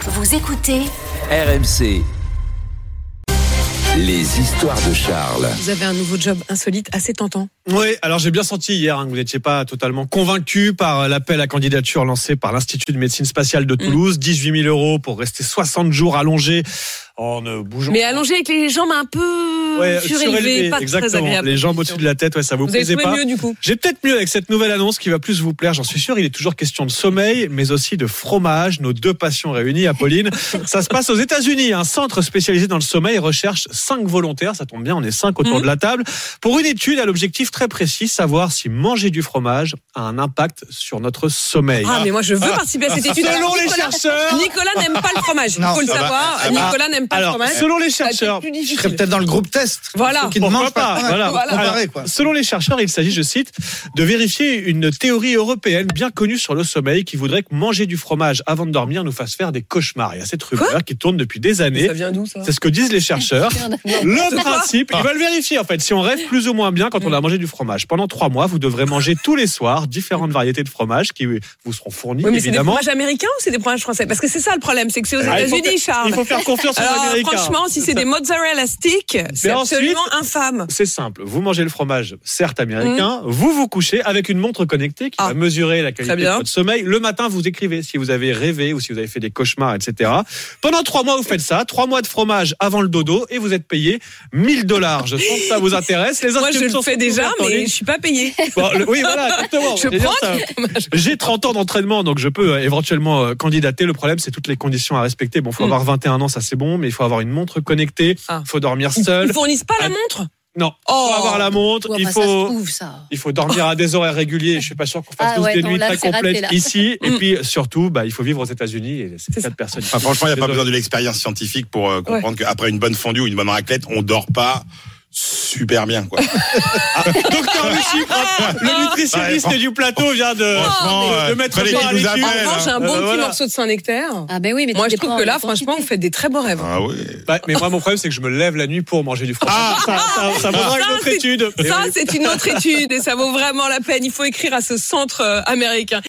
Vous écoutez RMC. Les histoires de Charles. Vous avez un nouveau job insolite assez tentant. Oui, alors j'ai bien senti hier hein, que vous n'étiez pas totalement convaincu par euh, l'appel à candidature lancé par l'Institut de médecine spatiale Mm. de Toulouse. 18 000 euros pour rester 60 jours allongés en ne bougeant Mais allongé avec les jambes un peu Ouais, surélevées, surélevé, pas très exactement. agréable. Les jambes au-dessus de la tête, ouais, ça vous, Vous avez plaisait trouvé pas. mieux du coup. J'ai peut-être mieux avec cette nouvelle annonce qui va plus vous plaire, j'en suis sûr. Il est toujours question de sommeil, mais aussi de fromage. Nos deux passions réunies, Apolline. Ça se passe aux États-Unis. Un centre spécialisé dans le sommeil recherche cinq volontaires. Ça tombe bien, on est cinq autour Mhm. de la table. Pour une étude à l'objectif très précis, savoir si manger du fromage a un impact sur notre sommeil. Ah mais moi je veux participer à cette étude. ah, Selon Alors, les Nicolas, chercheurs. Nicolas n'aime pas le fromage. Il faut le savoir. Nicolas n'aime pas Alors, le fromage. selon les Ça va être chercheurs, plus Je serais difficile. peut-être dans le groupe test. Voilà. Ceux qui ne Pourquoi mangent pas, pas. voilà. Voilà. Comparé, quoi. Selon les chercheurs, il s'agit, je cite, de vérifier une théorie européenne bien connue sur le sommeil qui voudrait que manger du fromage avant de dormir nous fasse faire des cauchemars. Il y a cette rumeur qui tourne depuis des années. Ça vient d'où ça C'est ce que disent les chercheurs. Le principe, ils veulent vérifier en fait si on rêve plus ou moins bien quand on a mangé du fromage. Pendant trois mois, vous devrez manger tous les soirs différentes variétés de fromage qui vous seront fournies, Oui mais c'est des évidemment. fromages américains ou c'est des fromages français Parce que c'est ça le problème, c'est que c'est aux Ah, il faut États-Unis, faire- Il Charles. faut faire confiance aux Alors Américains. franchement, si c'est des mozzarella sticks, c'est hein. ensuite- absolument infâme. C'est simple. Vous mangez le fromage, certes américain. Vous vous couchez avec une montre connectée qui Ah. va mesurer la qualité Très de bien. votre sommeil. Le matin, vous écrivez si vous avez rêvé ou si vous avez fait des cauchemars, etc. Pendant trois mois, vous faites ça. Trois mois de fromage avant le dodo et vous êtes payé 1000 dollars. Je sens que ça vous intéresse. Les Moi je le inscriptions fais sont déjà, ouvertes en mais ligne. je suis pas payée. Bon, le- oui, voilà, exactement. Je J'allais dire prends ça. J'ai 30 ans d'entraînement, donc je peux euh, éventuellement euh, candidater. Le problème, c'est toutes les conditions à respecter. Bon, faut Mm. avoir 21 ans, ça c'est bon, mais il faut avoir une montre connectée. Ah. Faut dormir Ils seul. fournissent pas la Ah. montre Non, Oh. faut avoir la montre. Ouais, il enfin, faut. ça se trouve, ça. Il faut dormir à des horaires réguliers. Je suis pas sûr qu'on fasse Ah tous ouais, des non, nuits là, très c'est raté, complètes là. ici. Et puis surtout, bah, il faut vivre aux États-Unis et c'est C'est quatre personnes. Enfin, franchement, il n'y a pas Désolé. besoin de l'expérience scientifique pour euh, comprendre qu'après une bonne fondue ou une bonne raclette, on dort pas super bien. Quoi. Docteur Lucie, hop, le nutritionniste Bah, Ouais, du plateau vient de, Franchement, de, euh, de mettre fallait ça qu'il à nous l'étude. appelle, hein. En Ouais, revanche, là. un bon Bah, petit voilà. morceau de Saint-Nectaire. Ah ben oui, mais Moi, tu je les trouve prends que en là, même temps. franchement, vous faites des très beaux rêves. Ah oui. Bah, mais moi, mon problème, c'est que je me lève la nuit pour manger du fromage. Ah, Ah. ça, ça, ça vaudra une Ça, autre c'est- étude. Mais Ça, oui. c'est une autre étude et ça vaut vraiment la peine. Il faut écrire à ce centre euh, américain.